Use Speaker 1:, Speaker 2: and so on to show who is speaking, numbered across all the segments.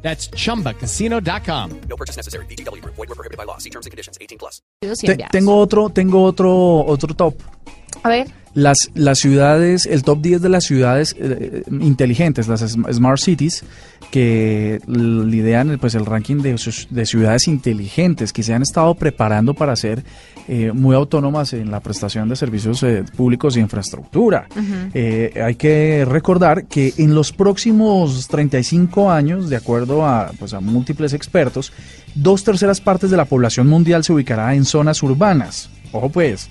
Speaker 1: That's chumbacasino.com.
Speaker 2: No purchase necessary. BGW. Void were prohibited by law. See terms and conditions. 18 plus.
Speaker 3: Te- tengo otro, tengo otro, otro top.
Speaker 4: A ver,
Speaker 3: Las, las ciudades, el top 10 de las ciudades eh, inteligentes, las sm- smart cities, que lideran pues, el ranking de, sus- de ciudades inteligentes que se han estado preparando para ser eh, muy autónomas en la prestación de servicios eh, públicos e infraestructura. Eh, hay que recordar que en los próximos 35 años, de acuerdo a, pues, a múltiples expertos, dos terceras partes de la población mundial se ubicará en zonas urbanas. Ojo pues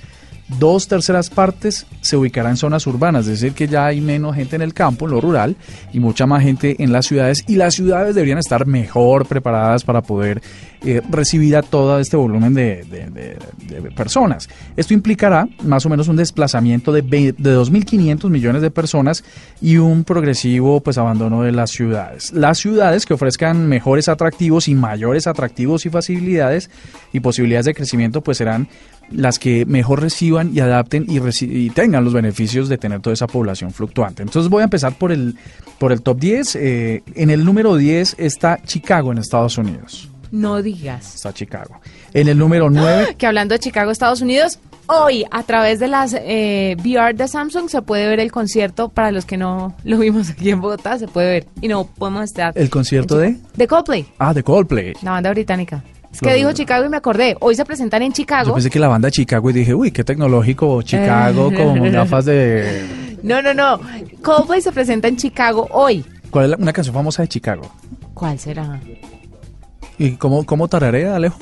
Speaker 3: dos terceras partes se ubicarán en zonas urbanas, es decir, que ya hay menos gente en el campo, en lo rural, y mucha más gente en las ciudades, y las ciudades deberían estar mejor preparadas para poder eh, recibir a todo este volumen de, de- de- de personas. Esto implicará más o menos un desplazamiento de, ve- de 2.500 millones de personas y un progresivo pues, abandono de las ciudades. Las ciudades que ofrezcan mejores atractivos y mayores atractivos y facilidades y posibilidades de crecimiento pues serán las que mejor reciban y adapten y, reci- y tengan los beneficios de tener toda esa población fluctuante. Entonces voy a empezar por el, por el top 10. Eh, en el número 10 está Chicago en Estados Unidos.
Speaker 4: no digas.
Speaker 3: Está Chicago. En el número 9,
Speaker 4: Que hablando de Chicago, Estados Unidos, hoy a través de las eh, VR de Samsung se puede ver el concierto. Para los que no lo vimos aquí en Bogotá, se puede ver. Y no podemos estar.
Speaker 3: ¿El concierto
Speaker 4: en Chi- De Coldplay,
Speaker 3: ah, de Coldplay.
Speaker 4: la banda británica. Es que
Speaker 3: Lo-
Speaker 4: dijo Chicago y me acordé. Hoy se presentan en
Speaker 3: Yo
Speaker 4: Chicago. Eh.
Speaker 3: pensé que la banda de Chicago y dije, uy, qué tecnológico Chicago con gafas de...
Speaker 4: No, no, no. Coldplay se presenta en Chicago hoy.
Speaker 3: ¿Cuál es la- una canción famosa de Chicago?
Speaker 4: ¿Cuál será?
Speaker 3: ¿Y cómo, cómo tararea, Alejo,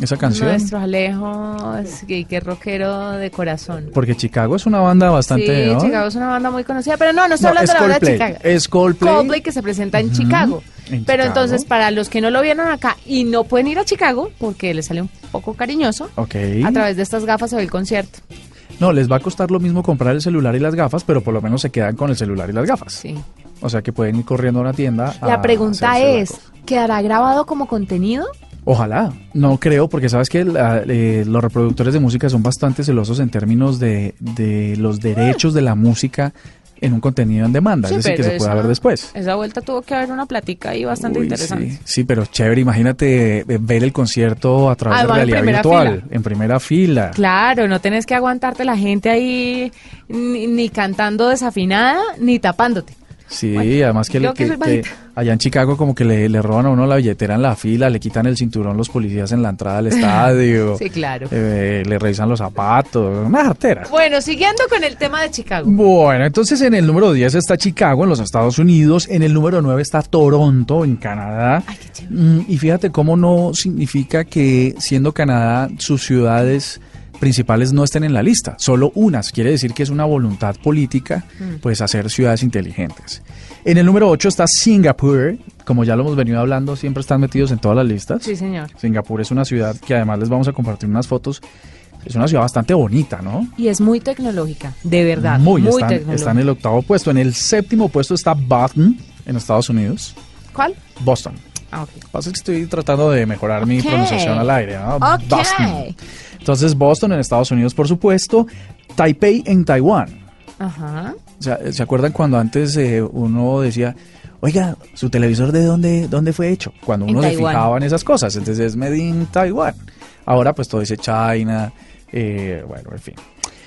Speaker 3: esa canción?
Speaker 4: Nuestros Alejos, que, que rockero de corazón.
Speaker 3: Porque Chicago es una banda bastante...
Speaker 4: sí,
Speaker 3: ¿no?
Speaker 4: Chicago es una banda muy conocida, pero no, no estoy
Speaker 3: No,
Speaker 4: hablando
Speaker 3: es
Speaker 4: de la banda de
Speaker 3: Coldplay.
Speaker 4: Chicago.
Speaker 3: Es Coldplay.
Speaker 4: Coldplay que se presenta en Chicago.
Speaker 3: en
Speaker 4: pero
Speaker 3: Chicago.
Speaker 4: entonces, para los que no lo vieron acá y no pueden ir a Chicago, porque les sale un poco cariñoso,
Speaker 3: Ok.
Speaker 4: a través de estas gafas se ve el concierto.
Speaker 3: No, les va a costar lo mismo comprar el celular y las gafas, pero por lo menos se quedan con el celular y las gafas.
Speaker 4: Sí.
Speaker 3: O sea que pueden ir corriendo a una tienda. a
Speaker 4: la pregunta
Speaker 3: Ah, hacerse la
Speaker 4: es,
Speaker 3: cosa.
Speaker 4: ¿quedará grabado como contenido?
Speaker 3: Ojalá. No creo, porque sabes que la- eh, los reproductores de música son bastante celosos en términos de, de los derechos de la música en un contenido en demanda.
Speaker 4: Sí,
Speaker 3: es decir, que
Speaker 4: pero
Speaker 3: se pueda
Speaker 4: esa-
Speaker 3: ver después.
Speaker 4: Esa vuelta tuvo que haber una platica ahí bastante
Speaker 3: Uy,
Speaker 4: interesante.
Speaker 3: Sí, sí, pero chévere. Imagínate eh, ver el concierto a través
Speaker 4: Además, Ah, en
Speaker 3: de realidad
Speaker 4: primera
Speaker 3: virtual,
Speaker 4: fila.
Speaker 3: en primera fila.
Speaker 4: Claro, no tenés que aguantarte la gente ahí ni, ni cantando desafinada ni tapándote.
Speaker 3: Sí,
Speaker 4: Bueno,
Speaker 3: además que, le-
Speaker 4: yo que
Speaker 3: que-
Speaker 4: soy
Speaker 3: que
Speaker 4: bajita.
Speaker 3: allá en Chicago como que le, le roban a uno la billetera en la fila, le quitan el cinturón los policías en la entrada al estadio,
Speaker 4: Sí, claro.
Speaker 3: eh, le revisan los zapatos, una jartera.
Speaker 4: Bueno, siguiendo con el tema de Chicago.
Speaker 3: Bueno, entonces en el número 10 está Chicago, en los Estados Unidos, en el número 9 está Toronto, en Canadá.
Speaker 4: Ay, qué chévere.
Speaker 3: Mm, Y fíjate cómo no significa que siendo Canadá sus ciudades principales no estén en la lista, solo unas. Quiere decir que es una voluntad política,
Speaker 4: Mm.
Speaker 3: pues hacer ciudades inteligentes. En el número 8 está Singapur, como ya lo hemos venido hablando, siempre están metidos en todas las listas.
Speaker 4: Sí, señor.
Speaker 3: Singapur es una ciudad que además les vamos a compartir unas fotos. Es una ciudad bastante bonita, ¿no?
Speaker 4: Y es muy tecnológica, de verdad.
Speaker 3: Muy,
Speaker 4: Muy,
Speaker 3: están,
Speaker 4: tecnológica.
Speaker 3: está en el octavo puesto. En el séptimo puesto está Boston, en Estados Unidos.
Speaker 4: ¿Cuál?
Speaker 3: Boston.
Speaker 4: Ah, ok.
Speaker 3: Pasa que estoy tratando de mejorar mi
Speaker 4: Ok.
Speaker 3: pronunciación al aire. ¿no?
Speaker 4: Ok.
Speaker 3: Boston. Entonces, Boston en Estados Unidos, por supuesto. Taipei en Taiwán.
Speaker 4: Ajá.
Speaker 3: O sea, ¿Se acuerdan cuando antes eh, uno decía, oiga, su televisor de dónde, dónde fue hecho? Cuando
Speaker 4: En
Speaker 3: uno se
Speaker 4: Taiwán.
Speaker 3: fijaba en esas cosas. Entonces, es Made in Taiwan. Ahora, pues todo dice China. eh, bueno, en fin.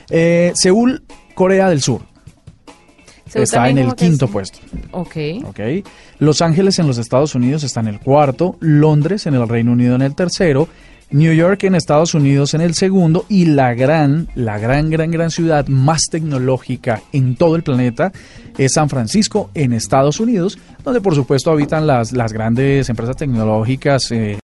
Speaker 3: Eh, Seúl, Corea del Sur.
Speaker 4: Se ve
Speaker 3: está en
Speaker 4: también
Speaker 3: el
Speaker 4: como que es-
Speaker 3: quinto puesto.
Speaker 4: Ok.
Speaker 3: ¿ok? Los Ángeles en los Estados Unidos está en el cuarto, Londres en el Reino Unido en el tercero, New York en Estados Unidos en el segundo y la gran, la gran, gran, gran ciudad más tecnológica en todo el planeta es San Francisco en Estados Unidos, donde por supuesto habitan las, las grandes empresas tecnológicas. eh,